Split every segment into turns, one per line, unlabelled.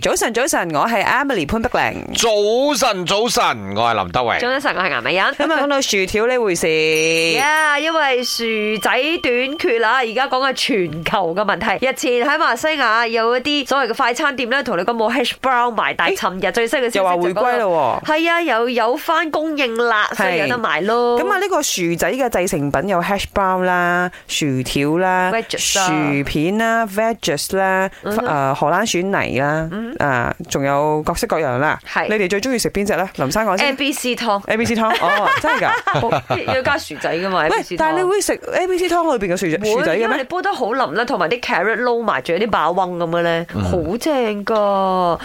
早晨，早晨，我係 Emily 潘碧玲。
早晨，早晨，我係林德
早
榮。
晨，我係顏美欣。
咁啊，講到薯條呢回事，
呀，因為薯仔短缺啦，而家講緊全球嘅問題。日前喺馬來西亞有一啲所謂嘅快餐店咧，同你講冇 hash brown 賣，但係尋日最新嘅消息
哎又話回歸
啦。
啦。
係啊，又有翻供應啦，所以有得賣咯。
咁啊，，呢個薯仔嘅製成品有 hash brown 啦、薯條啦、
Wedges 啊
薯片啦、veggies 啦、
嗯哼
誒荷蘭蒜泥啦，啊，仲有各式各樣啦。
係
你哋最中意食邊只咧？林生講
A
先。
B C 湯
A B C 湯，哦，真係㗎。
要加薯仔噶嘛？A B
喂
C，
但係你
湯。
會食 A B C 湯裏邊嘅薯薯仔嘅
會因為
咩
你？煲得好腍啦，同埋啲 carrot 撈埋，仲有啲霸翁咁嘅咧，好正噶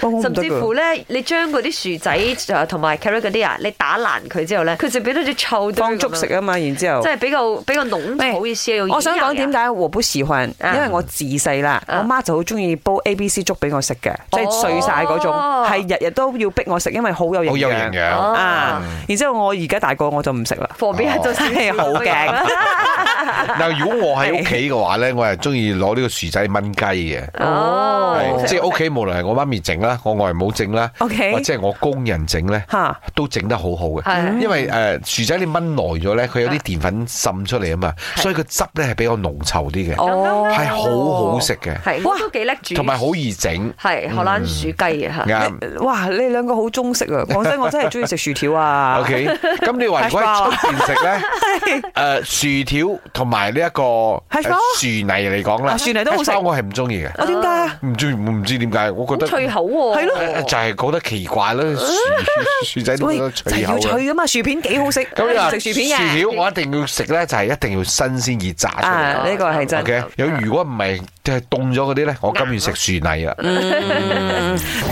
我唔。得
甚
㗎
至乎咧，你將嗰啲薯仔呃同埋 carrot 嗰啲啊，你打爛佢之後咧，佢就變咗隻臭堆
當
咁
粥
樣
食啊嘛，然之後
即。係比較比較濃好意思有
我想講點
解？
解我不喜歡，
啊
因為我自細啦，我
啊
媽就好中意煲 A B C 粥俾我食嘅，即係碎晒嗰種，
哦
係日日都要逼我食，因為好有營
好有營
養
養，
啊
哦！
然之後我而家大個我就唔食 啦，
貨幣就
真係 好驚。
嗱，如果我喺屋企嘅話咧，我係中意攞呢個薯仔炆雞嘅。
哦
好
係
食
即係屋企無論係我媽咪整啦，我外母整啦，
OK
或者係我工人整咧，
嚇
都整得好好
係
嘅。因為誒薯仔你炆耐咗咧，佢有啲澱粉滲出嚟啊嘛，所以個汁咧係比較濃稠啲嘅，
啊
哦
係好好食嘅，
係我都幾叻煮，
同埋好易整。
係荷蘭薯雞啊嚇。
啱。
哇！你兩個好中式 啊！講真，我真係中意食薯條啊
O K，咁你話如果喺出邊食咧，呃誒薯條同埋呢一個
係
誒
咯
薯泥嚟講
啊
啦，
薯泥都好食
包我係唔中意嘅，
我點解啊？
唔知唔知點解，我覺
好
得
脆口喎，
係咯
誒就係覺得奇怪 啦，薯薯仔都
喂，
覺得
就係
脆
要
口嘅。
脆噶嘛，薯片幾好食，
咁你 話
食薯片
薯
嘅
條我一定要食咧，就係一定要新鮮熱炸出嚟。
啊！呢個係
O
真。啊
K，有如果唔係即係凍咗嗰啲咧，我甘願食薯泥啊啦。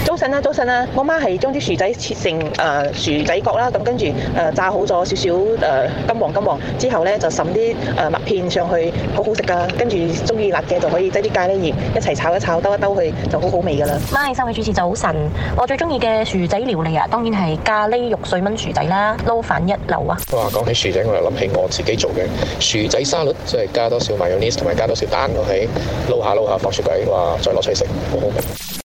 早晨啊，早晨啊！我媽係將啲薯仔切成誒、呃薯仔角啦，咁跟住誒炸好咗少少誒呃金黃金黃之後咧，就揼啲誒麥片上去，好好食噶。跟住中意辣嘅就可以擠啲咖喱葉一齊炒一炒，兜一兜佢就好好味噶啦。
My 三位主持早晨，我最中意嘅薯仔料理啊，當然係咖喱肉碎炆薯仔啦，撈飯一流啊！
哇！講起薯仔，我又諗起我自己做嘅薯仔沙律，即係加多少 mayonnaise 同埋加多少蛋落去，撈下撈下放雪櫃，哇！再攞出嚟食，好好味。